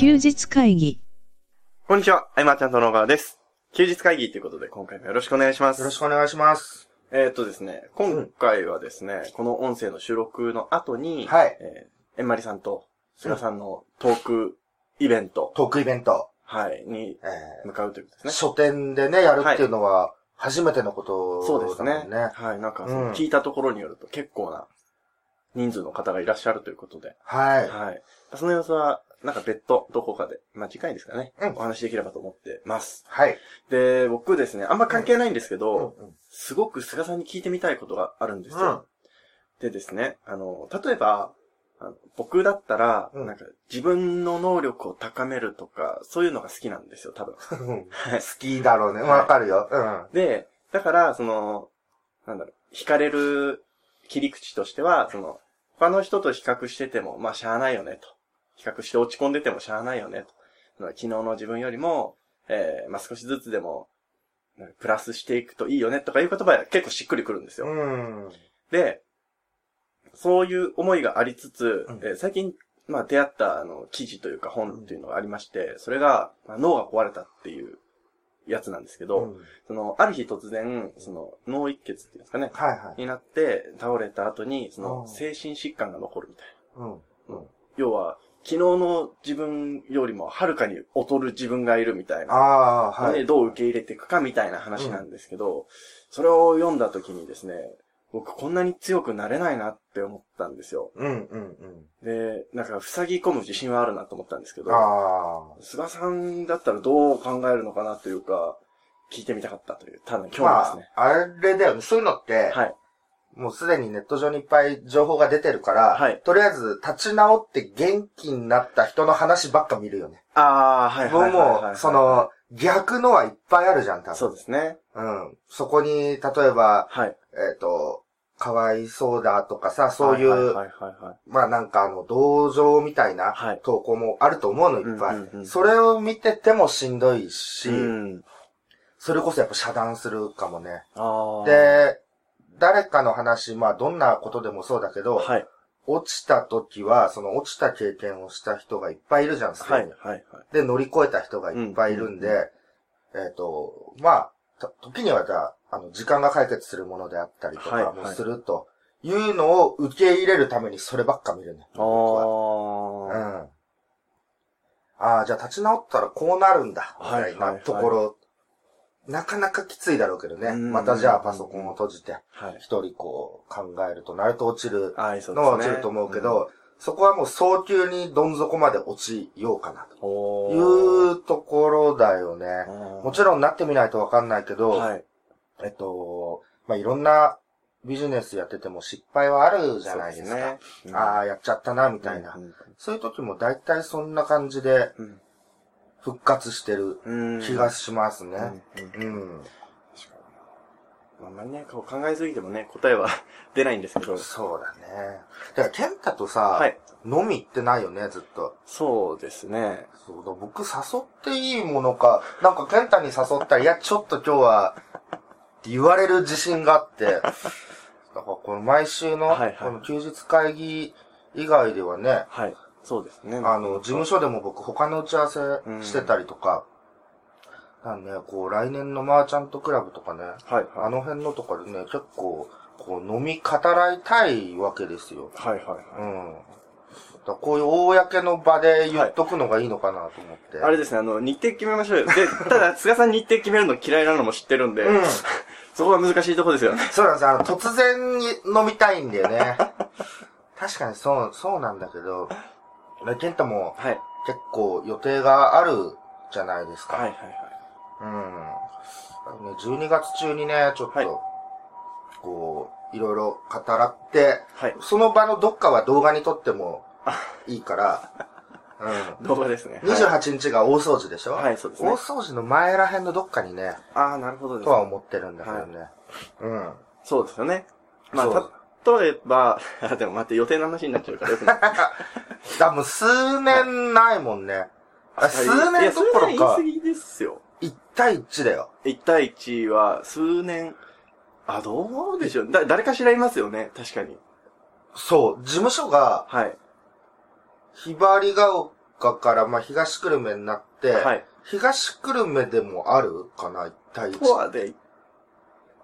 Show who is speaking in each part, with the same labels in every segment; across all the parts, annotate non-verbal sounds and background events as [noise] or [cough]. Speaker 1: 日会議。
Speaker 2: こんにちは、あいまちゃんと野川です。休日会議ということで、今回もよろしくお願いします。
Speaker 3: よろしくお願いします。
Speaker 2: えーっとですね、今回はですね、この音声の収録の後に、
Speaker 3: はい
Speaker 2: えー、えんまりさんと、菅さんのトークイベント、
Speaker 3: トークイベント。
Speaker 2: はい、に
Speaker 3: え
Speaker 2: 向かうということ
Speaker 3: ー
Speaker 2: ですね。
Speaker 3: 書店でね、やるっていうのは、初めてのこと
Speaker 2: そうです
Speaker 3: だ
Speaker 2: ね
Speaker 3: もん。ね。
Speaker 2: はい、なんか、
Speaker 3: うん
Speaker 2: 聞いたところによると結構な人数の方がいらっしゃるということで、
Speaker 3: は
Speaker 2: はい。その様子は、なんか別途どこかで、まあ次回ですかね、
Speaker 3: うん
Speaker 2: お話しできればと思ってます。
Speaker 3: い。はい。
Speaker 2: で、僕ですね、あんま関係ないんですけ
Speaker 3: う
Speaker 2: ど、
Speaker 3: んうん
Speaker 2: すごく菅さんに聞いてみたいことがあるんですよ。でですね、あの、例えば、あの僕だったら、
Speaker 3: うん
Speaker 2: なんか自分の能力を高めるとか、そういうのが好きなんですよ、多分。
Speaker 3: うん
Speaker 2: はい
Speaker 3: [laughs] 好きだろうね。わかるよ。うん。
Speaker 2: で、だから、その、なんだろう、惹かれる切り口としては、その、他の人と比較してても、まあ、しゃあないよね、と。比較して落ち込んでてもしゃあないよね、と。その昨日の自分よりも、えー、まあ、少しずつでも、なんかプラスしていくといいよね、とかいう言葉が結構しっくりくるんですよ。
Speaker 3: うん。
Speaker 2: で、そういう思いがありつつ、
Speaker 3: うん
Speaker 2: えー最近、まあ、出会った、あの、記事というか本っていうのがありまして、それが、まあ、脳が壊れたっていうやつなんですけど、
Speaker 3: うん
Speaker 2: その、ある日突然、その、脳一血っていうんですかね、
Speaker 3: はいはい。
Speaker 2: になって、倒れた後に、その、
Speaker 3: うん
Speaker 2: 精神疾患が残るみたいな。
Speaker 3: うん。
Speaker 2: 要は、昨日の自分よりもはるかに劣る自分がいるみたい
Speaker 3: あ
Speaker 2: な。
Speaker 3: あ、は
Speaker 2: で
Speaker 3: い。
Speaker 2: どう受け入れていくかみたいな話なんですけど、それを読んだ時にですね、僕こんなに強くなれないなって思ったんですよ。
Speaker 3: うんうん
Speaker 2: で、なんか塞ぎ込む自信はあるなと思ったんですけ
Speaker 3: うん。
Speaker 2: ど、
Speaker 3: あ
Speaker 2: 菅さんだったらどう考えるのかなというか、聞いてみたかったという、ただの
Speaker 3: あ。
Speaker 2: 興味です
Speaker 3: ま
Speaker 2: ね。
Speaker 3: あ、あれだよね。そういうのって、
Speaker 2: はい。
Speaker 3: もうすでにネット上にいっぱい情報が出てるから、
Speaker 2: はい
Speaker 3: とりあえず立ち直って元気になった人の話ばっか見るよね。
Speaker 2: ああ、はい
Speaker 3: も
Speaker 2: は
Speaker 3: う
Speaker 2: いはいはい、
Speaker 3: もう、そ、の、逆のはいっぱいあるじゃん、多分。
Speaker 2: そうですね。
Speaker 3: うん。そこに、例えば、
Speaker 2: はい。
Speaker 3: えっ、と、かわいそうだとかさ、そういう、
Speaker 2: はいはいはいはい。
Speaker 3: まあなんかあの、同情みたいな
Speaker 2: はい
Speaker 3: 投稿もあると思うの、いっぱい、
Speaker 2: うんうんうん
Speaker 3: それを見ててもしんどいし、
Speaker 2: うん。
Speaker 3: それこそやっぱ遮断するかもね。
Speaker 2: ああ。、
Speaker 3: で、誰かの話、まあどんなことでもそうだけど、
Speaker 2: はい。
Speaker 3: 落ちた時は、その落ちた経験をした人がいっぱいいるじゃん、すで
Speaker 2: はい
Speaker 3: に。
Speaker 2: はいはい。
Speaker 3: で、乗り越えた人がいっぱいいるんで、
Speaker 2: うんう
Speaker 3: えっ、と、まあ、た時にはじゃあ、あの、時間が解決するものであったりと
Speaker 2: はいは
Speaker 3: か
Speaker 2: い
Speaker 3: もするというのを受け入れるためにそればっか見るね。
Speaker 2: あ
Speaker 3: 僕はう
Speaker 2: あ。
Speaker 3: ん。ああ、じゃあ立ち直ったらこうなるんだ、み
Speaker 2: はい
Speaker 3: たいなところ、なかなかきついだろうけどね。
Speaker 2: うん
Speaker 3: またじゃあパソコンを閉じて、
Speaker 2: はい。
Speaker 3: 一人こう考えると、なると落ちる
Speaker 2: ああ、そうですね。
Speaker 3: のは落ちると思うけど、そこはもう早急にどん底まで落ちようかな
Speaker 2: う
Speaker 3: と。
Speaker 2: ん、おー。
Speaker 3: いうところだよね。もちろんなってみないとわかんないけど、
Speaker 2: はい。
Speaker 3: えっと、まあ、いろんなビジネスやってても失敗はあるじゃないですか。
Speaker 2: そうね
Speaker 3: あ
Speaker 2: あ、
Speaker 3: あ、やっちゃったな、みたいな。
Speaker 2: うん
Speaker 3: そういう時も大体そんな感じで
Speaker 2: うん
Speaker 3: 復活してる
Speaker 2: うん。
Speaker 3: 気がしますね。
Speaker 2: うんうん
Speaker 3: うん。
Speaker 2: あんまりね、こう考えすぎてもね、答えは出ないんですけど。
Speaker 3: そうだね。だから、ケンタとさ、
Speaker 2: はい。
Speaker 3: 飲み行ってないよね、ずっと。
Speaker 2: そうですね。
Speaker 3: そうだ、僕誘っていいものか、なんかケンタに誘ったら、いや、ちょっと今日は、って言われる自信があって、だからこの毎週の、
Speaker 2: はいはい
Speaker 3: この休日会議以外ではね、
Speaker 2: はい。そうですね。
Speaker 3: あの、事務所でも僕他の打ち合わせしてたりとか、だからね、こう、来年のマーチャントクラブとかね、
Speaker 2: はい
Speaker 3: あ
Speaker 2: はい。
Speaker 3: の辺のとかでね、結構、こう、飲み語らいたいわけですよ。
Speaker 2: はいはいうは
Speaker 3: ん。だからこういう公の場で言っとくのがいいのかなと思って。
Speaker 2: い。あれですね、あの、日程決めましょうよ。で、
Speaker 3: [laughs]
Speaker 2: ただ、菅さん日程決めるの嫌いなのも知ってるんで、
Speaker 3: うん。
Speaker 2: そこが難しいとこですよね。
Speaker 3: そうなんですあの、突然に飲みたいんだ
Speaker 2: [laughs]
Speaker 3: よね。確かにそう、そうなんだけど、ケンタも
Speaker 2: はい。
Speaker 3: 結構予定があるじゃないですか。
Speaker 2: はいはいはい。
Speaker 3: うん。12月中にね、ちょっと、
Speaker 2: はい
Speaker 3: こう、いろいろ語らって、
Speaker 2: はい。
Speaker 3: その場のどっかは動画に撮っ
Speaker 2: [laughs]
Speaker 3: てもいいから、う
Speaker 2: 動画ですね。
Speaker 3: ん。
Speaker 2: はい
Speaker 3: 28日が大掃除でしょ
Speaker 2: はいそうですね
Speaker 3: 大掃除の前ら辺のどっかにね、
Speaker 2: ああ、なるほどです
Speaker 3: と。は思ってるんだけどね。うん。
Speaker 2: そうですよね。ま
Speaker 3: そう
Speaker 2: あ、例えば、 [laughs] あでも待って、予定の話になっちゃうから
Speaker 3: [laughs]
Speaker 2: よくない。
Speaker 3: だ、もう数年ないもんね。あ数
Speaker 2: いや
Speaker 3: 年
Speaker 2: そ
Speaker 3: ど
Speaker 2: れは
Speaker 3: ころ
Speaker 2: 言い
Speaker 3: か
Speaker 2: 過、ぎですよ。
Speaker 3: 1対1だよ。
Speaker 2: 1対1は数年、あ、どうでしょう。だ、誰かしらいますよね。確かに。
Speaker 3: そう、事務所が、
Speaker 2: はい。
Speaker 3: ひばりが岡から、まあ、東久留米になって、
Speaker 2: はい。
Speaker 3: 東久留米でもあるかな、一対一。
Speaker 2: とはで、一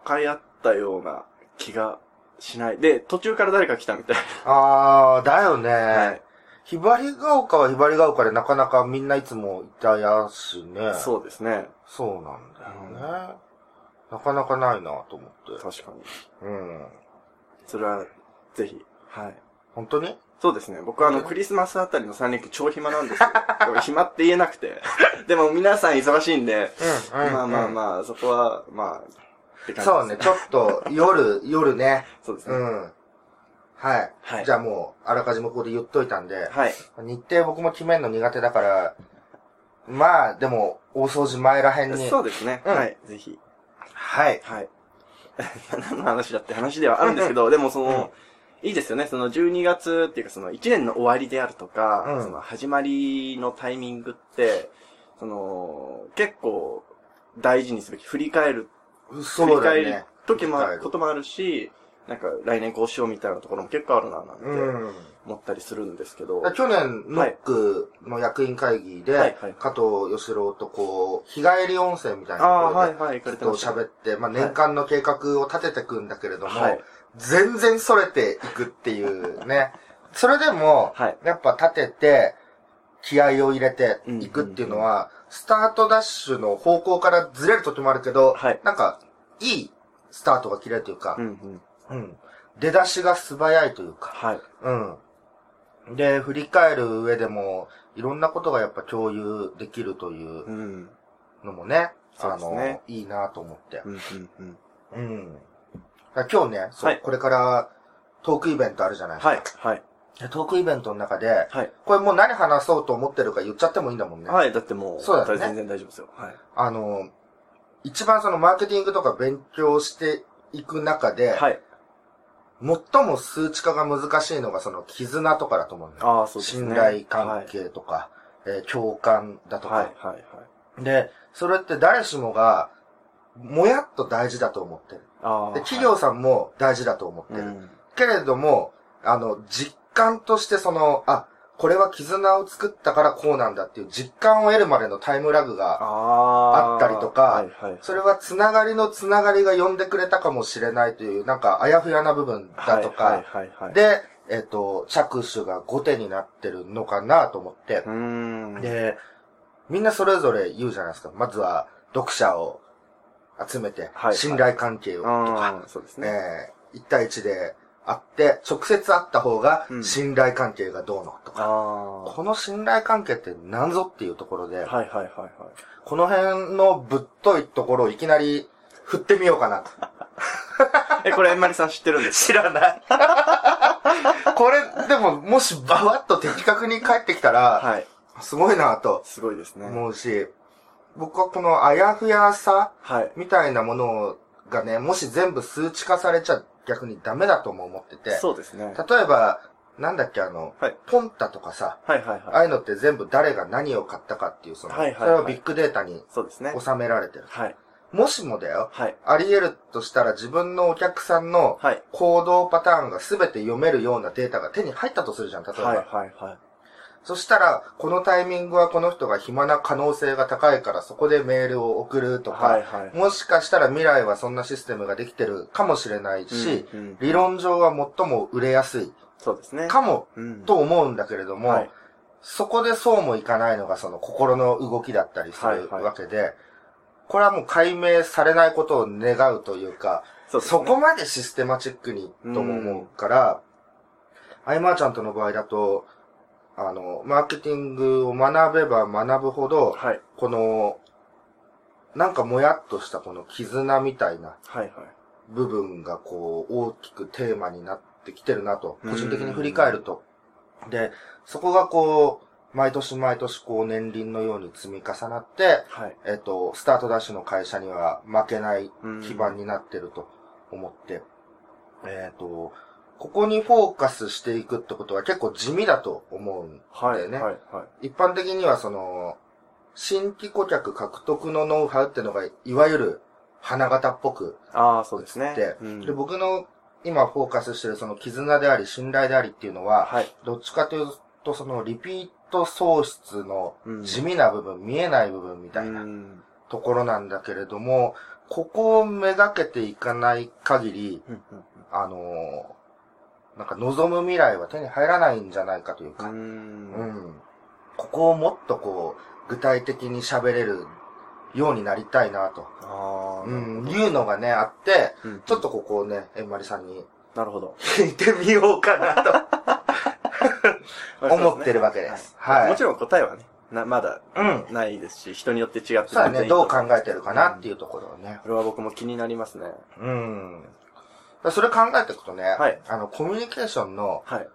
Speaker 2: 回あったような気がしない。で、途中から誰か来たみたい
Speaker 3: あー、だよね。
Speaker 2: な。はい。
Speaker 3: ひばりが丘はひばりが丘でなかなかみんないつもいたやしね。
Speaker 2: そうですね。
Speaker 3: そうなんだよね。なかなかないなと思って。
Speaker 2: 確かに。
Speaker 3: うん。
Speaker 2: それは、ぜひ。はい。
Speaker 3: 本当に
Speaker 2: そうですね。僕はあの、
Speaker 3: Okay.
Speaker 2: クリスマスあたりの3連休超暇なんですよ。で
Speaker 3: [laughs]
Speaker 2: も暇って言えなくて。でも皆さん忙しいんで、
Speaker 3: うん、
Speaker 2: まあまあまあ、そこは、まあ、って感
Speaker 3: あ
Speaker 2: じです
Speaker 3: そうね、。ちょっと、夜、夜ね。
Speaker 2: そうです
Speaker 3: う
Speaker 2: ね。
Speaker 3: ん。はい。
Speaker 2: はい
Speaker 3: じゃあもう、あらかじめここで言っといたんで、
Speaker 2: はい。
Speaker 3: 日程僕も決めるの苦手だから、まあ、でも、大掃除前らへんに。
Speaker 2: そうですね。
Speaker 3: うん
Speaker 2: はい。ぜひ。
Speaker 3: はい。
Speaker 2: はい。 [laughs] 何の話だって話ではあるんですけど、でもその、いいですよね。その12月っていうかその1年の終わりであるとか、
Speaker 3: うん
Speaker 2: その始まりのタイミングって、その、結構大事にすべき。振り返る、振り
Speaker 3: そうだ
Speaker 2: 返る
Speaker 3: ね。
Speaker 2: 時も
Speaker 3: 振り
Speaker 2: あ
Speaker 3: 返
Speaker 2: る、
Speaker 3: る
Speaker 2: こともあるし、なんか来年こうしようみたいなところも結構あるな、なんて
Speaker 3: うん。
Speaker 2: 思ったりするんですけど。
Speaker 3: だ去年、ノックの役員会議で、
Speaker 2: はいはい
Speaker 3: 加藤義郎とこう、日帰り温泉みたい
Speaker 2: あ
Speaker 3: な
Speaker 2: あ、
Speaker 3: ところ
Speaker 2: は
Speaker 3: で
Speaker 2: い、はい、行かれて
Speaker 3: と
Speaker 2: ました。
Speaker 3: 喋って、まあ年間の計画を立てていくんだけれども、
Speaker 2: はい。
Speaker 3: 全然それていくっていうね。それでも、
Speaker 2: はい。
Speaker 3: やっぱ立てて、気合を入れて
Speaker 2: うん
Speaker 3: いくっていうのは、スタートダッシュの方向からずれる時もあるけど、
Speaker 2: はい
Speaker 3: なんか、いいスタートが切れるというか
Speaker 2: う、ん、うん。
Speaker 3: うん、出だしが素早いというか、
Speaker 2: はい。
Speaker 3: うん。で、振り返る上でも、いろんなことがやっぱ共有できるという
Speaker 2: うん。
Speaker 3: のもね、
Speaker 2: そう
Speaker 3: あ
Speaker 2: です
Speaker 3: の、
Speaker 2: ね
Speaker 3: いいなと思って。
Speaker 2: うん、うん、うん。
Speaker 3: うん。だから今日ね、そう、
Speaker 2: はい
Speaker 3: これからトークイベントあるじゃないですか。
Speaker 2: はい、はい、
Speaker 3: でトークイベントの中で、
Speaker 2: はい。
Speaker 3: これもう何話そうと思ってるか言っちゃってもいいんだもんね。
Speaker 2: はい、だってもう、
Speaker 3: そうだよね
Speaker 2: 全然大丈夫ですよ。はい。
Speaker 3: あの、一番そのマーケティングとか勉強していく中で、
Speaker 2: はい。
Speaker 3: 最も数値化が難しいのがその絆とかだと思うんだよ。
Speaker 2: ああ、そうですね。
Speaker 3: 信頼関係とか、えー共感だとか、
Speaker 2: はい、はい、はい。はい
Speaker 3: で、それって誰しもが、もやっと大事だと思ってる。
Speaker 2: ああ。
Speaker 3: で、企業さんも大事だと思って
Speaker 2: はい
Speaker 3: る。
Speaker 2: うん
Speaker 3: けれども、あの、実感としてその、あ、これは絆を作ったからこうなんだっていう実感を得るまでのタイムラグが、
Speaker 2: ああ
Speaker 3: あったりとか
Speaker 2: はい、はい。
Speaker 3: それはつながりのつながりが呼んでくれたかもしれないという、なんかあやふやな部分だとか、
Speaker 2: はい、はい、はい。はい、
Speaker 3: で、えっ、と、着手が5手になってるのかなと思って、
Speaker 2: うーん。
Speaker 3: で、みんなそれぞれ言うじゃないですか。まずは、読者を集めて
Speaker 2: は、い
Speaker 3: 信頼関係をとか、
Speaker 2: ああ、そうですね。
Speaker 3: えー、1対1で会って、直接会った方が
Speaker 2: う、ん
Speaker 3: 信頼関係がどうのとか、
Speaker 2: ああ。は
Speaker 3: この信頼関係って何ぞっていうところで、
Speaker 2: い、はい、はい、は
Speaker 3: この辺のぶっといところをいきなり振ってみようかなと。
Speaker 2: い。え、これ、エンマリさん知ってるんです
Speaker 3: 知らない。これ、でも、もしばわっと的確に帰ってきた、
Speaker 2: からはい。
Speaker 3: すごいなと。
Speaker 2: すごいですね。
Speaker 3: 思うし、僕はこのあやふやさ
Speaker 2: はい。
Speaker 3: みたいなものがね、もし全部数値化されちゃ逆にダメだとも思ってて、
Speaker 2: そうですね。
Speaker 3: 例えば、なんだっけあの、
Speaker 2: はい
Speaker 3: ポンタとかさ、
Speaker 2: はい、はい、
Speaker 3: あ
Speaker 2: はい。
Speaker 3: あいうのって全部誰が何を買ったかっていう、その、
Speaker 2: はいはいはい
Speaker 3: それはビッグデータに
Speaker 2: そうですね。
Speaker 3: 収められてる。
Speaker 2: はい、
Speaker 3: もしもだよ、
Speaker 2: はい、
Speaker 3: あり得るとしたら自分のお客さんの
Speaker 2: はい。
Speaker 3: 行動パターンが全て読めるようなデータが手に入ったとするじゃん、例えば。
Speaker 2: はい、はい、はい。
Speaker 3: そしたら、このタイミングはこの人が暇な可能性が高いからそこでメールを送るとか、
Speaker 2: はい、はい。
Speaker 3: もしかしたら未来はそんなシステムができてるかもしれないし、
Speaker 2: うんうん
Speaker 3: 理論上は最も売れやすい
Speaker 2: そうですね。
Speaker 3: かも
Speaker 2: うん、
Speaker 3: と思うんだけれども、
Speaker 2: はい、
Speaker 3: そこでそうもいかないのがその心の動きだったりする
Speaker 2: はいはい
Speaker 3: わけで、これはもう解明されないことを願うというか、
Speaker 2: そうです
Speaker 3: そ
Speaker 2: ね
Speaker 3: こまでシステマチックにとも思うから、アイマーちゃんとの場合だと、あの、マーケティングを学べば学ぶほど、
Speaker 2: はい、
Speaker 3: この、なんかもやっとしたこの絆みたいな
Speaker 2: はい、はい。
Speaker 3: 部分がこう大きくテーマになってきてるなと、
Speaker 2: うん
Speaker 3: 個人的に振り返ると。で、そこがこう、毎年毎年こう年輪のように積み重なって、
Speaker 2: はい。
Speaker 3: えっと、スタートダッシュの会社には負けない
Speaker 2: うん
Speaker 3: 基盤になってると思って、えっ、と、ここにフォーカスしていくってことは結構地味だと思うん
Speaker 2: は
Speaker 3: だ
Speaker 2: い、
Speaker 3: よね。
Speaker 2: はい、はい。
Speaker 3: 一般的にはその、新規顧客獲得のノウハウってのが、いわゆる花形っぽく
Speaker 2: ああ、そうですね。
Speaker 3: で
Speaker 2: うん
Speaker 3: で、僕の今フォーカスしてるその絆であり信頼でありっていうのは、
Speaker 2: はい。
Speaker 3: どっちかというとそのリピート喪失の
Speaker 2: うん
Speaker 3: 地味な部分、見えない部分みたいな
Speaker 2: うん
Speaker 3: ところなんだけれども、ここをめがけていかない限り、
Speaker 2: うんうん
Speaker 3: あのーなんか望む未来は手に入らないんじゃないかという
Speaker 2: う
Speaker 3: か、
Speaker 2: ん
Speaker 3: うんここをもっとこう、具体的に喋れるようになりたいなと、
Speaker 2: ああ、
Speaker 3: うん、いうのがね、あって、
Speaker 2: うん
Speaker 3: ちょっとここをね、えんまりさんに
Speaker 2: なるほど。
Speaker 3: 聞いてみようかなと思ってるわけ
Speaker 2: そう
Speaker 3: で
Speaker 2: です
Speaker 3: す。
Speaker 2: ね。 [laughs] はい。
Speaker 3: は
Speaker 2: も
Speaker 3: い。
Speaker 2: ちろん答えはね、な、まだ
Speaker 3: うん。
Speaker 2: ないですし、人によって違って
Speaker 3: さあ
Speaker 2: 全然い
Speaker 3: ね、
Speaker 2: いと
Speaker 3: ど
Speaker 2: 思
Speaker 3: う考えてるかなっていうところをね。
Speaker 2: これは僕も気になりますね。
Speaker 3: うん。だからそれ考えていくとね、
Speaker 2: はい
Speaker 3: あの、コミュニケーションの
Speaker 2: はい。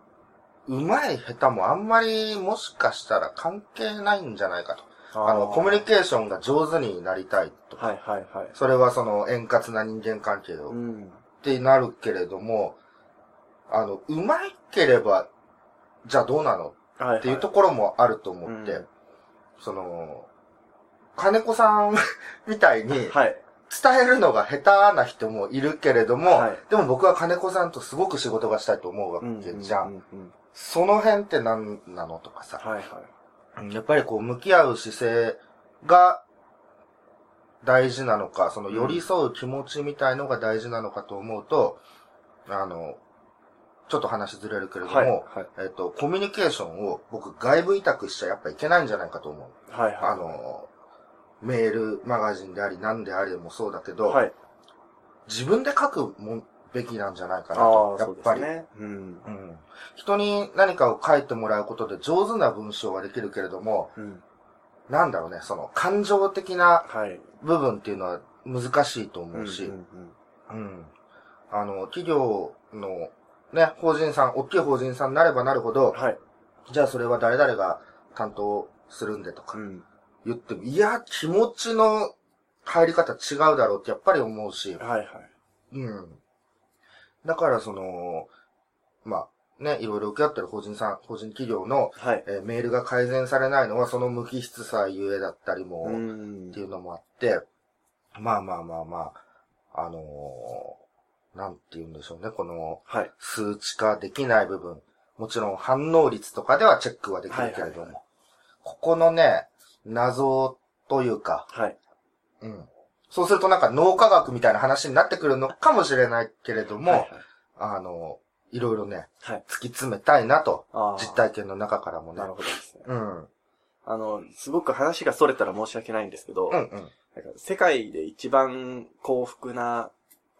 Speaker 3: 上手い下手もあんまりもしかしたら関係ないんじゃないかと。
Speaker 2: あ
Speaker 3: あの、コミュニ
Speaker 2: ケ
Speaker 3: ケーションが上手になりたいとか、
Speaker 2: はいはいはい。
Speaker 3: それはその円滑な人間関係を
Speaker 2: う
Speaker 3: っ
Speaker 2: ん。
Speaker 3: てなるけれども、あの、上手ければ、じゃあどうなの
Speaker 2: はい、はい。
Speaker 3: っていうところもあると思って、
Speaker 2: うん
Speaker 3: その、金子さんみたいに伝
Speaker 2: はい。
Speaker 3: えるのが下手な人もいるけれども、
Speaker 2: はい
Speaker 3: でも僕は金子さんとすごく仕事がしたいと思うわけじゃ
Speaker 2: うう
Speaker 3: ん。
Speaker 2: うんうん
Speaker 3: その辺って何なのとかさ、
Speaker 2: はいはい。
Speaker 3: やっぱりこう向き合う姿勢が大事なのか、その寄り添う気持ちみたいのが大事なのかと思うと、あの、ちょっと話ずれるけれども、
Speaker 2: はい。はい。
Speaker 3: えっと、コミュニケーションを僕外部委託しちゃやっぱいけないんじゃないかと思う。
Speaker 2: はいはい。
Speaker 3: あの、メールマガジンであり何でありもそうだけど、
Speaker 2: はい。
Speaker 3: 自分で書くもんべきなんじゃないかな
Speaker 2: あ
Speaker 3: と
Speaker 2: あ、、
Speaker 3: や
Speaker 2: そ
Speaker 3: っ
Speaker 2: うで
Speaker 3: ぱ
Speaker 2: す
Speaker 3: り。
Speaker 2: ね。うん。
Speaker 3: うん、人に何かを書いてもらうことで上手な文章はできるけれども、
Speaker 2: うん。
Speaker 3: なんだろうね、その感情的な
Speaker 2: はい。
Speaker 3: 部分っていうのは難しいと思うし、
Speaker 2: うんう
Speaker 3: うん
Speaker 2: んうん
Speaker 3: あの、企業のね、法人さん、大きい法人さんになればなるほど、
Speaker 2: はい。
Speaker 3: じゃあそれは誰々が担当するんでとか
Speaker 2: うん。
Speaker 3: 言っても、いや、気持ちの入り方違うだろうってやっぱり思うし、
Speaker 2: はいはい。
Speaker 3: うん。だからその、まあ、ね、いろいろ受け合ってる法人さん、法人企業の、
Speaker 2: はい。
Speaker 3: えーメールが改善されないのはその無機質さゆえだったりも、
Speaker 2: うん
Speaker 3: っていうのもあって、まあまあまあまあ、あのーなんて言うんでしょうね、この
Speaker 2: はい。
Speaker 3: 数値化できない部分。もちろん反応率とかではチェックはできるけれども、
Speaker 2: はいはいは
Speaker 3: ここのね、謎というか、
Speaker 2: はい。
Speaker 3: うん。そうするとなんか脳科学みたいな話になってくるのかもしれないけれども、
Speaker 2: はい
Speaker 3: あのーいろいろね、
Speaker 2: はい。はい。
Speaker 3: 突き詰めたいなと、
Speaker 2: あー
Speaker 3: 実体験の中からもね
Speaker 2: な。るほどですね。
Speaker 3: うん。うん
Speaker 2: あの、すごく話が逸れたら申し訳ないんですけど、
Speaker 3: うん。
Speaker 2: なんか世界で一番幸福な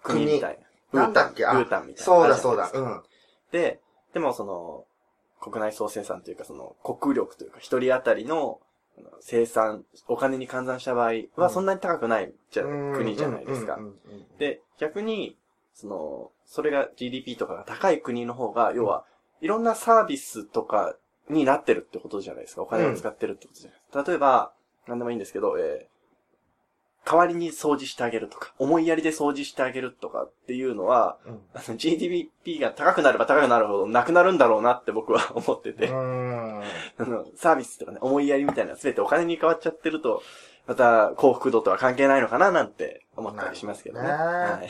Speaker 2: 国
Speaker 3: 国
Speaker 2: みたいな。
Speaker 3: なんだっけ
Speaker 2: ブ
Speaker 3: あ
Speaker 2: ータンみたいな。
Speaker 3: そう
Speaker 2: ある
Speaker 3: だ
Speaker 2: じゃ
Speaker 3: そう
Speaker 2: ない
Speaker 3: だ
Speaker 2: で、す
Speaker 3: う
Speaker 2: か
Speaker 3: ん。
Speaker 2: で、でもその、国内総生産というかその国力というか一人当たりのあの生産、お金に換算した場合はそんなに高くないじゃ、国じゃないですか
Speaker 3: うん。うんうんうん
Speaker 2: で、逆に、その、それが GDP とかが高い国の方が、要は、いろんなサービスとかになってるってことじゃないですか。お金を使ってるってことじゃないですか。例えば、なんでもいいんですけど、えー代わりに掃除してあげるとか、思いやりで掃除してあげるとかっていうのは、
Speaker 3: うん
Speaker 2: あの GDP が高くなれば高くなるほどなくなるんだろうなって僕は [laughs] 思ってて、
Speaker 3: うーん
Speaker 2: あのサービスとかね、思いやりみたいな全てお金に変わっちゃってると、また幸福度とは関係ないのかななんて思ったりしますけどね。
Speaker 3: なるほどね
Speaker 2: はい。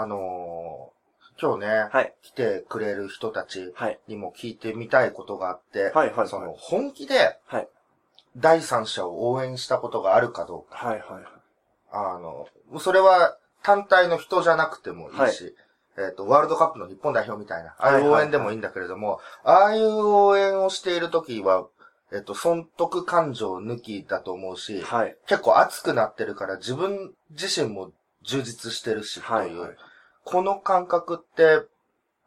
Speaker 3: あのー今日ね、
Speaker 2: はい。
Speaker 3: 来てくれる人たち
Speaker 2: はい。
Speaker 3: にも聞いてみたいことがあって、
Speaker 2: はいはい
Speaker 3: その本気で
Speaker 2: はい。
Speaker 3: 第三者を応援したことがあるかどうか。
Speaker 2: はいはい。
Speaker 3: あの、それは単体の人じゃなくてもいいし、えっ、と、ワールドカップの日本代表みたいな、ああいう応援でもいいんだけれども、ああいう応援をしているときは、えっ、と、損得感情抜きだと思うし、
Speaker 2: はい。
Speaker 3: 結構熱くなってるから自分自身も充実してるし、
Speaker 2: はい
Speaker 3: という
Speaker 2: はい。
Speaker 3: この感覚って、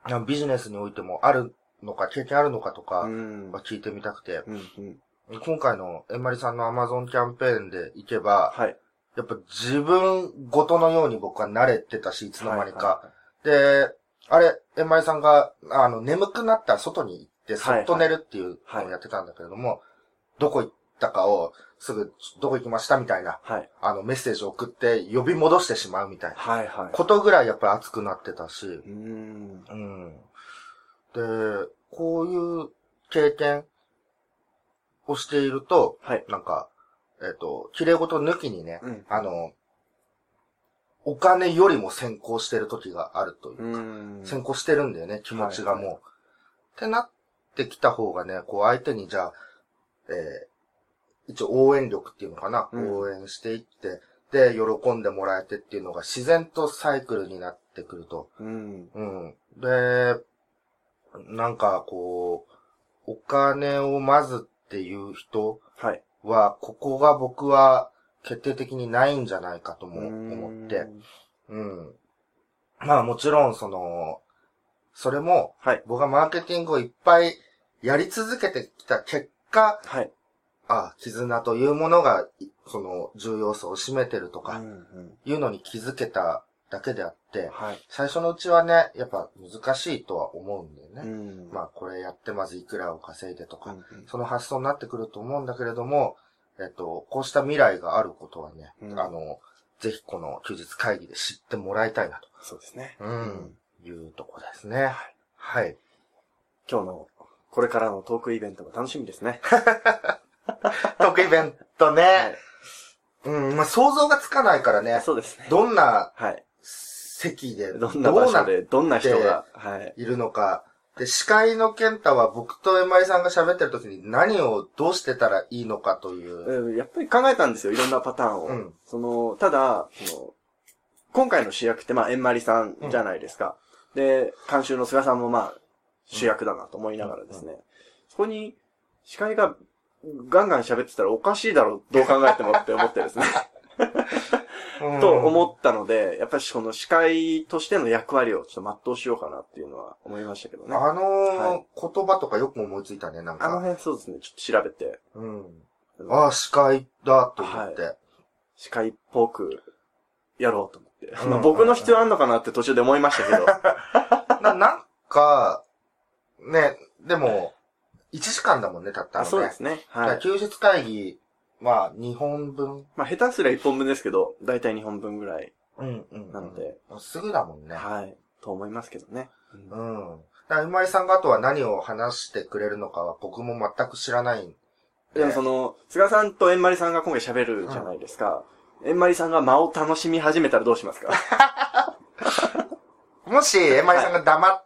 Speaker 3: あビジネスにおいてもあるのか、経験あるのかと
Speaker 2: う
Speaker 3: か、
Speaker 2: ん。うん
Speaker 3: 聞いてみたくて、
Speaker 2: うん。
Speaker 3: 今回のえんまりさんの Amazon キャンペーンでいけば、
Speaker 2: はい。
Speaker 3: やっぱ自分ごとのように僕は慣れてたし、いつの間にか。で、あれ、えんまりさんが、あの、眠くなったら外に行って、そっと寝るっていうのをやってたんだけれども、どこ行ったかを、すぐ、どこ行きましたみたいな、
Speaker 2: はい。
Speaker 3: あの、メッセージを送って呼び戻してしまうみたいな
Speaker 2: はい。はい。はい。
Speaker 3: ことぐらいやっぱり熱くなってたし、
Speaker 2: うん。
Speaker 3: うん。で、こういう経験をしていると、
Speaker 2: はい。
Speaker 3: なんか、えっ、と、綺麗事抜きにね、
Speaker 2: うん
Speaker 3: あの、お金よりも先行してる時があるという
Speaker 2: う
Speaker 3: か、
Speaker 2: ん。
Speaker 3: 先行してるんだよね、気持ちがもう。
Speaker 2: はい
Speaker 3: ってなってきた方がね、こう相手にじゃあ、えー一応応援力っていうのかな、
Speaker 2: うん
Speaker 3: 応援していって、で、喜んでもらえてっていうのが自然とサイクルになってくると。
Speaker 2: うん。
Speaker 3: うん。で、なんかこう、お金をまずっていう人
Speaker 2: はい。
Speaker 3: は、ここが僕は決定的にないんじゃないかとも思って、うん。まあもちろんその、それも、
Speaker 2: はい。
Speaker 3: 僕がマーケティングをいっぱいやり続けてきた結果、
Speaker 2: はい。
Speaker 3: あ、絆というものが、いその、重要さを占めてると
Speaker 2: う
Speaker 3: か、
Speaker 2: んうん
Speaker 3: いうのに気づけただけであって、
Speaker 2: はい。
Speaker 3: 最初のうちはね、やっぱ難しいとは思うんだよね。
Speaker 2: ん
Speaker 3: まあこれやってまずいくらを稼いでと
Speaker 2: う
Speaker 3: か、
Speaker 2: んうん
Speaker 3: その発想になってくると思うんだけれども、えっと、こうした未来があることはね、
Speaker 2: うん
Speaker 3: あの、ぜひこの休日会議で知ってもらいたいなと。
Speaker 2: そうですね。
Speaker 3: う。
Speaker 2: うん
Speaker 3: いうとこですね。はい。
Speaker 2: 今日の、これからのトークイベントが楽しみです
Speaker 3: [laughs]
Speaker 2: ね。
Speaker 3: 特イベント
Speaker 2: は
Speaker 3: ね
Speaker 2: い。
Speaker 3: うん、まあ、想像がつかないからね。
Speaker 2: そうですね。
Speaker 3: どんな
Speaker 2: はい。
Speaker 3: 席で、ど
Speaker 2: ど
Speaker 3: うん
Speaker 2: な場
Speaker 3: な
Speaker 2: 所
Speaker 3: って
Speaker 2: で、どんな人が、はい。
Speaker 3: いるのか。で、司会の健太は僕とエマイさんが喋ってる時に何をどうしてたらいいのかという。
Speaker 2: うんやっぱり考えたんですよ、いろんなパターンを。
Speaker 3: うん
Speaker 2: その、ただ、その、今回の主役って、まあ、円まりさんじゃないですか。で、監修の菅さんも、まあ、主役だなと思いながらですね。そこに、司会が、ガンガン喋ってたらおかしいだろう、どう考えてもって思って
Speaker 3: [laughs]
Speaker 2: ですね。 [laughs]
Speaker 3: うん
Speaker 2: と思ったので、やっぱりこの司会としての役割をちょっと全うしようかなっていうのは思いましたけどね。あ
Speaker 3: あの
Speaker 2: は
Speaker 3: ー言葉とかよく思いついたね、なん
Speaker 2: の
Speaker 3: か。
Speaker 2: 辺そうですね、ちょっと調べて、
Speaker 3: うん。ああ、司会だと思って。
Speaker 2: 司会っぽくやろうと思って。
Speaker 3: うん
Speaker 2: まあ僕の必要あんのかなって途中で思いましたけど。
Speaker 3: な、なんか、ね、でも、1時間だもんね、たったの
Speaker 2: [laughs] あ
Speaker 3: ね。
Speaker 2: そうですね。はい。
Speaker 3: 休日会議、まあ、2本分。
Speaker 2: まあ下手すりゃ1本分ですけど、だいたい2本分ぐらい。
Speaker 3: うんうん
Speaker 2: なので。
Speaker 3: すぐだもんね。
Speaker 2: はい。と思いますけどね。
Speaker 3: う
Speaker 2: うん
Speaker 3: ん。だから、今井さんがあとは何を話してくれるのかは僕も全く知らないんで。
Speaker 2: でもその、菅さんと円まりさんが今回喋るじゃないですか。円まりさんが間を楽しみ始めたらどうします [laughs] か
Speaker 3: もし、エマイさんが黙っ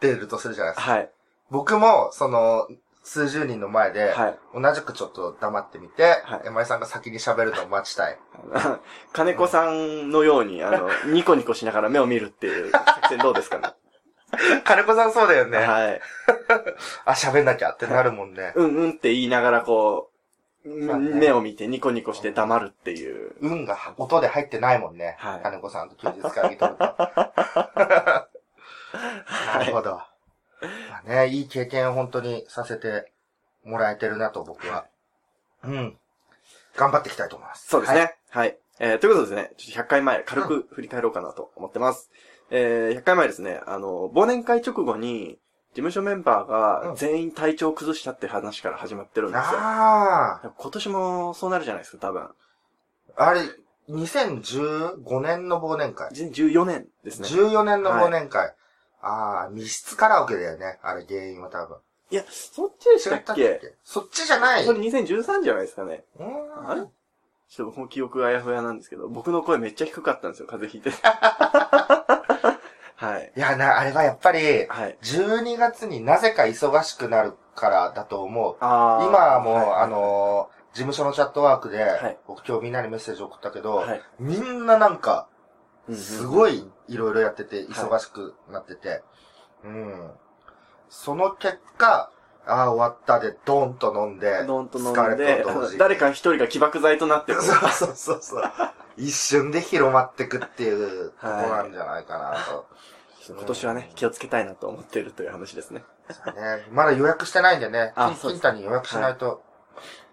Speaker 3: てるとするじゃないですか。
Speaker 2: はい。
Speaker 3: 僕も、その、数十人の前で、
Speaker 2: はい。 [laughs]
Speaker 3: 同じくちょっと黙ってみて
Speaker 2: は、い
Speaker 3: エマイさんが先に喋るのを待ちたい。
Speaker 2: あ金子さんのように、あの、ニコニコしながら目を見るっていう作戦どうです [laughs] かね。
Speaker 3: [laughs] 金子さんそうだよね。
Speaker 2: はい。
Speaker 3: あ、喋んなきゃってなるもんね。
Speaker 2: うんうんって言いながらこう、
Speaker 3: そうね
Speaker 2: 目を見てニコニコして黙るっていう。
Speaker 3: 運が音で入ってないもんね。
Speaker 2: はい
Speaker 3: 金子さんと休日会議とる
Speaker 2: [laughs]
Speaker 3: と。なるほど。まあね、いい経験を本当にさせてもらえてるなと僕は。うん。頑張っていきたいと思います。
Speaker 2: そうですね。は
Speaker 3: はい。
Speaker 2: い。えーということでですね、ちょっと100回前、軽く振り返ろうかなと思ってます。えー100回前ですね、あの、忘年会直後に、事務所メンバー
Speaker 3: う
Speaker 2: が
Speaker 3: ん
Speaker 2: 全員体調を崩したって話から始まってるんですよ。
Speaker 3: あ
Speaker 2: 今年もそうなるじゃないですか、多分。
Speaker 3: あ、あれ、2015年の忘年会。
Speaker 2: 2014年ですね。
Speaker 3: 14年の忘年会。ああ、密室カラオケだよね。あれ原因は多分。
Speaker 2: いや、そっちでし
Speaker 3: 違
Speaker 2: た
Speaker 3: っ
Speaker 2: った
Speaker 3: っ
Speaker 2: け
Speaker 3: けそっちじゃない。
Speaker 2: それ2013じゃないですかね。
Speaker 3: うーん
Speaker 2: あれちょっと僕も記憶があやふやなんですけど、僕の声めっちゃ低かったんですよ、風
Speaker 3: [laughs]
Speaker 2: 邪ひいて。はい。
Speaker 3: いや、な、あれはやっぱり、
Speaker 2: はい。
Speaker 3: 12月になぜか忙しくなるからだと思う。
Speaker 2: あー
Speaker 3: 今はもう、
Speaker 2: はい
Speaker 3: あのー事務所のチャットワークで、
Speaker 2: はい
Speaker 3: 僕今日みんなにメッセージ送ったけど、
Speaker 2: はい
Speaker 3: みんななんか、
Speaker 2: うんうん
Speaker 3: すごいいろいろやってて、忙しくなってて、うん。その結果、ああ、終わったで、ドンと飲んで、
Speaker 2: ドンと飲
Speaker 3: 疲
Speaker 2: ん
Speaker 3: れ
Speaker 2: で
Speaker 3: と同時、に
Speaker 2: 誰か一人が起爆剤となってる。
Speaker 3: そうそうそうそう。一瞬で広まってくっていうとこ
Speaker 2: はい
Speaker 3: なんじゃないかなと。
Speaker 2: 今年はね、気をつけたいなと思ってるという話ですね。
Speaker 3: ね、まだ予約してないんでね、
Speaker 2: あ
Speaker 3: 金
Speaker 2: そうで
Speaker 3: 金
Speaker 2: す
Speaker 3: 太に予約しないと。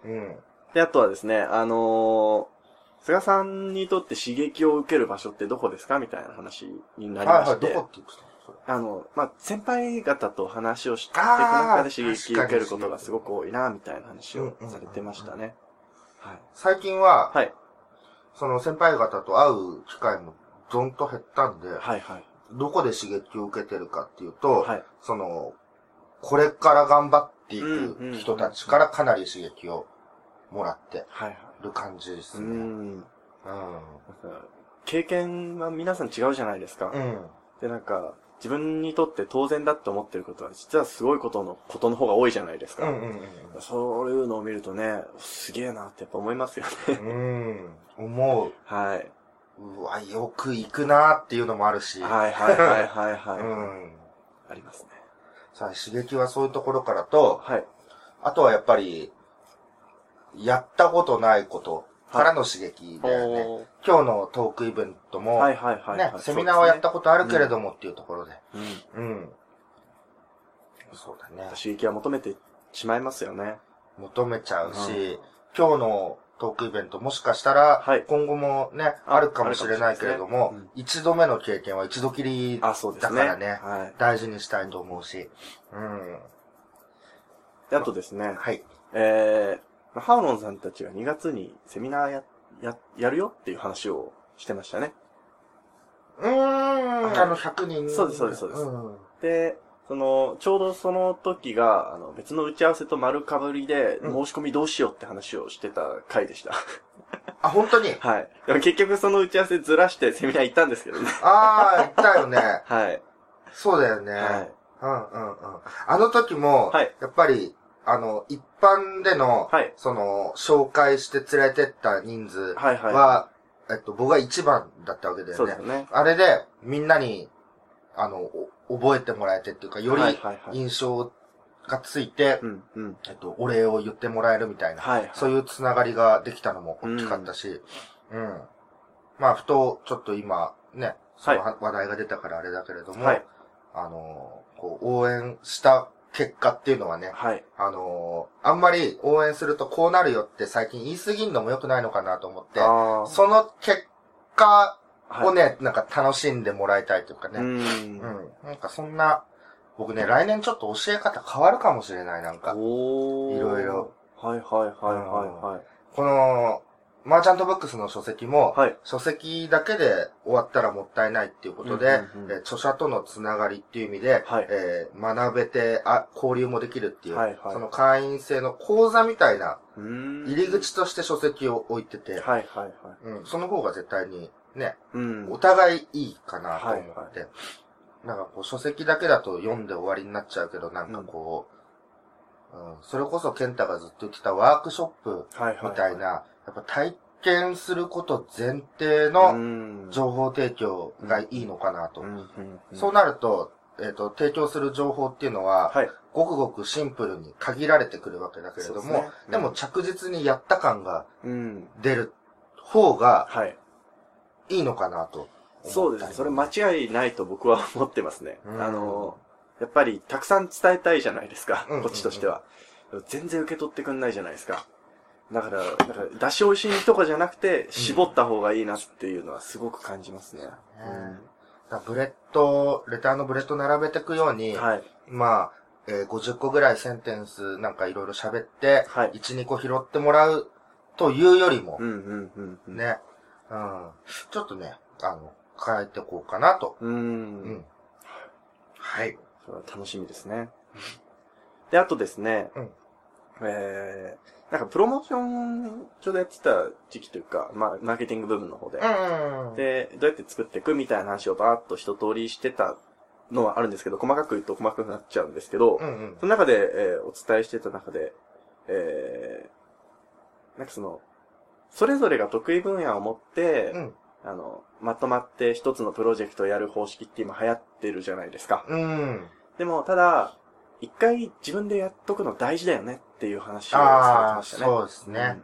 Speaker 3: うん。
Speaker 2: で、あとはですね、あのー、菅さんにとって刺激を受ける場所ってどこですかみたいな話になり
Speaker 3: は
Speaker 2: ま
Speaker 3: いはい、
Speaker 2: し
Speaker 3: ど
Speaker 2: て。
Speaker 3: こって言ってたのそれ
Speaker 2: あの、まあ、先輩方と話をしていく
Speaker 3: あー
Speaker 2: 中で刺激を受けることがすごく多いな、みたいな話をされてましたね。はい。
Speaker 3: 最近は、
Speaker 2: はい。
Speaker 3: その先輩方と会う機会もどんと減ったんで、
Speaker 2: はい、はい。
Speaker 3: どこで刺激を受けてるかっていうと、
Speaker 2: はい。
Speaker 3: その、これから頑張ってい
Speaker 2: うんう
Speaker 3: く
Speaker 2: ん
Speaker 3: 人たちからかなり刺激をもらって
Speaker 2: はい、はい。
Speaker 3: る感じです
Speaker 2: う
Speaker 3: ね。うん。
Speaker 2: ん。経験は皆さん違うじゃないですか。
Speaker 3: うん。
Speaker 2: で、なんか、自分にとって当然だって思ってることは、実はすごいことの、ことの方が多いじゃないですか。
Speaker 3: うんうんうん
Speaker 2: そういうのを見るとね、すげえなってやっぱ思いますよ
Speaker 3: [laughs]
Speaker 2: ね。
Speaker 3: うん。思う。
Speaker 2: はい。
Speaker 3: うわ、よく行くなーっていうのもあるし。
Speaker 2: はいはいはいはいはい。
Speaker 3: うん。
Speaker 2: ありますね。
Speaker 3: さあ、刺激はそういうところからと、
Speaker 2: はい。
Speaker 3: あとはやっぱり、やったことないことからの刺激だよね。
Speaker 2: おー
Speaker 3: 今日のトークイベントも、
Speaker 2: はいはいはいはい。。
Speaker 3: ね、セミナーはやったたことあるけれどもっていうところで。
Speaker 2: うん。
Speaker 3: うん。そうだね。
Speaker 2: 刺激は求めてしまいますよね。
Speaker 3: 求めちゃうし、
Speaker 2: うん
Speaker 3: 今日のトークイベントもしかしたら
Speaker 2: はい、
Speaker 3: 今後もね、
Speaker 2: あ
Speaker 3: あるかもしれないけれど
Speaker 2: あるかもし
Speaker 3: も
Speaker 2: れない、
Speaker 3: 一度目の経験は一度きり
Speaker 2: あ、そうですね。
Speaker 3: だからね
Speaker 2: は
Speaker 3: 大事にしたいと思うし。うん。
Speaker 2: い。であとですね、
Speaker 3: はい。
Speaker 2: えー、ハウロンさんたちが2月にセミナーや、や、やるよっていう話をしてましたね。
Speaker 3: うーん、あの、100人。
Speaker 2: そうですそうですそうです
Speaker 3: ん
Speaker 2: で、その、ちょうどその時が、あの、別の打ち合わせと丸かぶりで、
Speaker 3: う
Speaker 2: 申
Speaker 3: ん
Speaker 2: し込みどうしようって話をしてた回で
Speaker 3: [laughs]
Speaker 2: した。
Speaker 3: あ、本当に
Speaker 2: はい。でも結局その打ち合わせずらしてセミナー行ったんですけどね。
Speaker 3: ああ、言ったよね。
Speaker 2: はい。
Speaker 3: そうだよね。
Speaker 2: はい。
Speaker 3: うんうんうん。あの時も、
Speaker 2: はい
Speaker 3: やっぱり、あの、一般での、
Speaker 2: はい
Speaker 3: その、紹介して連れてった人数は、
Speaker 2: はいは
Speaker 3: えっと、僕が一番だったわけだ
Speaker 2: い。
Speaker 3: よ
Speaker 2: そう
Speaker 3: ね。
Speaker 2: ですよね。
Speaker 3: あれで、みんなに、あの、お覚えてもらえてっていうか、より
Speaker 2: はいはいはい
Speaker 3: 印象がついて、
Speaker 2: うん、うん。
Speaker 3: えっと、お礼を言ってもらえるみたいな、
Speaker 2: はいはい
Speaker 3: そういうつながりができたのも大きかったし、うん。まあ、ふと、ちょっと今、ね、その話題が出たからあれだけれども、
Speaker 2: はい。
Speaker 3: あのー、こう、応援した結果っていうのはね、
Speaker 2: はい。
Speaker 3: あのー、あんまり応援するとこうなるよって最近言い過ぎんのも良くないのかなと思って、
Speaker 2: あー
Speaker 3: その結果
Speaker 2: はい
Speaker 3: をね、なんか楽しんでもらいたいというか
Speaker 2: う。
Speaker 3: ね、うんん。なんかそんな、僕ね、来年ちょっと教え方変わるかもしれない、なんか。
Speaker 2: おー
Speaker 3: いろいろ。
Speaker 2: はいはいは
Speaker 3: この、マーチャントブックスの書籍も、
Speaker 2: いはいはい。はい。
Speaker 3: 書籍だけで終わったらもったいないっていうことで、
Speaker 2: うんうんうん
Speaker 3: えー著者とのつながりっていう意味で、
Speaker 2: はい
Speaker 3: えー学べてあ、交流もできるっていう、
Speaker 2: はいはい
Speaker 3: その会員制の講座みたいな
Speaker 2: うーん
Speaker 3: 入り口として書籍を置いてて、
Speaker 2: はいはいはい。
Speaker 3: うん、その方が絶対にね、
Speaker 2: うん。
Speaker 3: お互いいいかなと思って、
Speaker 2: はい
Speaker 3: なんかこう書籍だけだと読んで終わりになっちゃうけど、なんかこう、うんそれこそ健太がずっと言ってたワークショップ
Speaker 2: はいは
Speaker 3: みたいな、
Speaker 2: は
Speaker 3: やっぱ体験すること前提
Speaker 2: い
Speaker 3: の、
Speaker 2: うん
Speaker 3: 情報提供がいいのかなと。
Speaker 2: うんうんうん
Speaker 3: そうなると、えっ、と、提供する情報っていうのは、
Speaker 2: はい。
Speaker 3: ごくごくシンプルに限られてくるわけだけれども、
Speaker 2: そう
Speaker 3: で
Speaker 2: ですねうん
Speaker 3: も着実にやった感が
Speaker 2: うん。
Speaker 3: 出る方が
Speaker 2: はい。
Speaker 3: いいのかなと。
Speaker 2: そうですね。それ間違いないと僕は思ってますね。
Speaker 3: うん
Speaker 2: あの、やっぱりたくさん伝えたいじゃないですか。
Speaker 3: うんうんうん
Speaker 2: こっちとしては。全然受け取ってくんないじゃないですか。だから、なんか出し惜しみとかじゃなくて、絞った方がいいなっていうのはすごく感じますね。
Speaker 3: だからブレッド、レターのブレッド並べていくよう
Speaker 2: う
Speaker 3: に、
Speaker 2: んはい。
Speaker 3: まあ、えー50個ぐらいセンテンスなんかいろいろ喋って、
Speaker 2: はい
Speaker 3: 1、2個拾ってもらうというよりも、
Speaker 2: うんうんうんうん。。
Speaker 3: ね、うん、ちょっとね、あの、変えてこうかなと
Speaker 2: う。
Speaker 3: うんん。はい。
Speaker 2: それは楽しみですね。で、あとですね、
Speaker 3: うん
Speaker 2: えー、なんかプロモーションちょうどやってた時期というか、まあ、マーケティング部分の方で、
Speaker 3: うんうん。
Speaker 2: で、どうやって作っていくみたいな話をバーっと一通りしてたのはあるんですけど、細かく言うと細かくなっちゃうんですけど、
Speaker 3: うんうん。
Speaker 2: その中で、えーお伝えしてた中で、えー、なんかその、それぞれが得意分野を持って、
Speaker 3: うん
Speaker 2: あの、まとまって一つのプロジェクトをやる方式って今流行ってるじゃないですか。
Speaker 3: うん。
Speaker 2: でも、ただ、一回自分でやっとくの大事だよねっていう話をされて
Speaker 3: あ
Speaker 2: ま
Speaker 3: あ、
Speaker 2: したね。
Speaker 3: そうですね。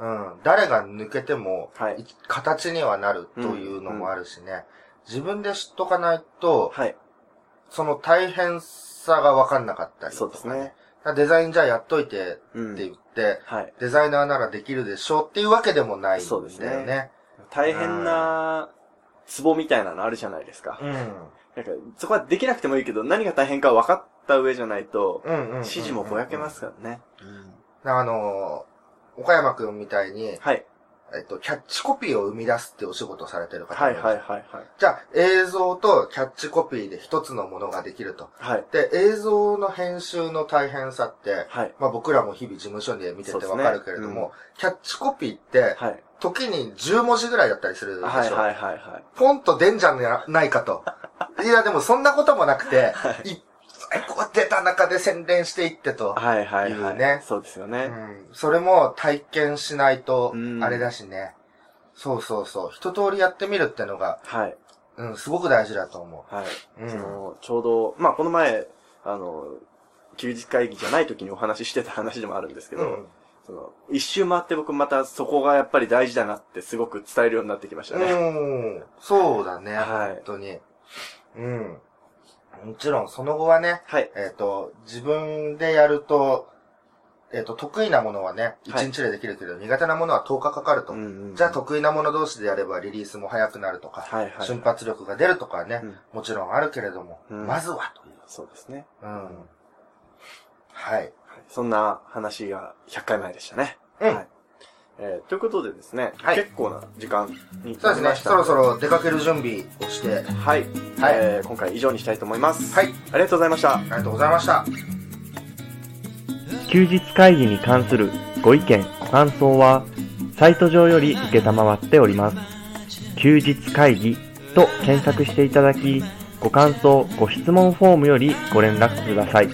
Speaker 3: うん。誰が抜けても、
Speaker 2: はい
Speaker 3: い形にはなるというのもあるしね。自分で知っとかないと、
Speaker 2: はい。
Speaker 3: その大変さが分かんなかったり
Speaker 2: そ
Speaker 3: と
Speaker 2: うです
Speaker 3: かね
Speaker 2: ね。。
Speaker 3: だからデザインじゃあやっといて
Speaker 2: う
Speaker 3: っ
Speaker 2: ん
Speaker 3: て言って、
Speaker 2: はい。
Speaker 3: デザイナーならできるでしょうっていうわけでもないんだ
Speaker 2: そう
Speaker 3: よ
Speaker 2: で
Speaker 3: ね。
Speaker 2: すね大変な、ツボみたいなのあるじゃないですか。
Speaker 3: うん。
Speaker 2: なんか、そこはできなくてもいいけど、何が大変か分かった上じゃないと、
Speaker 3: うんうんうんうん。
Speaker 2: 指示もぼやけますからね。
Speaker 3: あのー、岡山くんみたいに、
Speaker 2: はい。
Speaker 3: えっと、キャッチコピーを生み出すってお仕事をされてる方。
Speaker 2: はいはいはいはい。
Speaker 3: じゃあ、映像とキャッチコピーで一つのものができると。
Speaker 2: はい。
Speaker 3: で、映像の編集の大変さって、
Speaker 2: はい。
Speaker 3: まあ僕らも日々事務所で見て
Speaker 2: そう
Speaker 3: て
Speaker 2: です
Speaker 3: わ
Speaker 2: ね
Speaker 3: かるけれども、キャッチコピーって、
Speaker 2: はい。
Speaker 3: 時に10文字ぐらいだったりするでしょ。
Speaker 2: はいはいはいはい。 [laughs]
Speaker 3: ポンと出んじゃなないかと。いや、でもそんなこともなくて、
Speaker 2: はい
Speaker 3: いこう出た中で洗練していってと。
Speaker 2: はいはいはい
Speaker 3: いうね
Speaker 2: そうですよ
Speaker 3: う
Speaker 2: ね。
Speaker 3: ん。それも体験しないと
Speaker 2: う、ん
Speaker 3: あれだしね。そうそうそう。一通りやってみるってのが、
Speaker 2: はい。
Speaker 3: うん、すごく大事だと思
Speaker 2: はい。
Speaker 3: う。う
Speaker 2: そ
Speaker 3: ん。
Speaker 2: の、ちょうど、まあ、この前、あの、休日会議じゃない時にお話ししてた話でもあるんですけど、
Speaker 3: うん
Speaker 2: その、一周回って僕またそこがやっぱり大事だなってすごく伝えるようになってきましたね。
Speaker 3: うん。そうだね。
Speaker 2: はい
Speaker 3: 本当に。うん。もちろん、その後はね、
Speaker 2: はい。
Speaker 3: えっ、と、自分でやると、えっ、と、得意なものはね、
Speaker 2: はい
Speaker 3: 1日でできるけど、苦手なものは10日かかると。
Speaker 2: ん
Speaker 3: じゃあ、得意なもの同士でやればリリースも早くなるとか、
Speaker 2: はいはい。
Speaker 3: 瞬発力が出るとかね、
Speaker 2: うん
Speaker 3: もちろんあるけれども、
Speaker 2: うん
Speaker 3: まずはという。
Speaker 2: そうですね。
Speaker 3: うん。はい。
Speaker 2: はいそんな話が100回前でしたね。
Speaker 3: うん
Speaker 2: はいえーということでですね、
Speaker 3: はい
Speaker 2: 結構な時間に
Speaker 3: そ
Speaker 2: なり
Speaker 3: うですね
Speaker 2: ま、した
Speaker 3: そろ
Speaker 2: ので。
Speaker 3: そろ出かける準備をして、はい。
Speaker 2: はい、えー今回以上にしたいと思います。
Speaker 3: は
Speaker 2: あ
Speaker 3: い。
Speaker 2: りがとうございました。
Speaker 3: ありがとうございました。
Speaker 1: 休日会議に関するご意見、感想は、サイト上より受けたまわっております。休日会議と検索していただき、ご感想、ご質問フォームよりご連絡ください。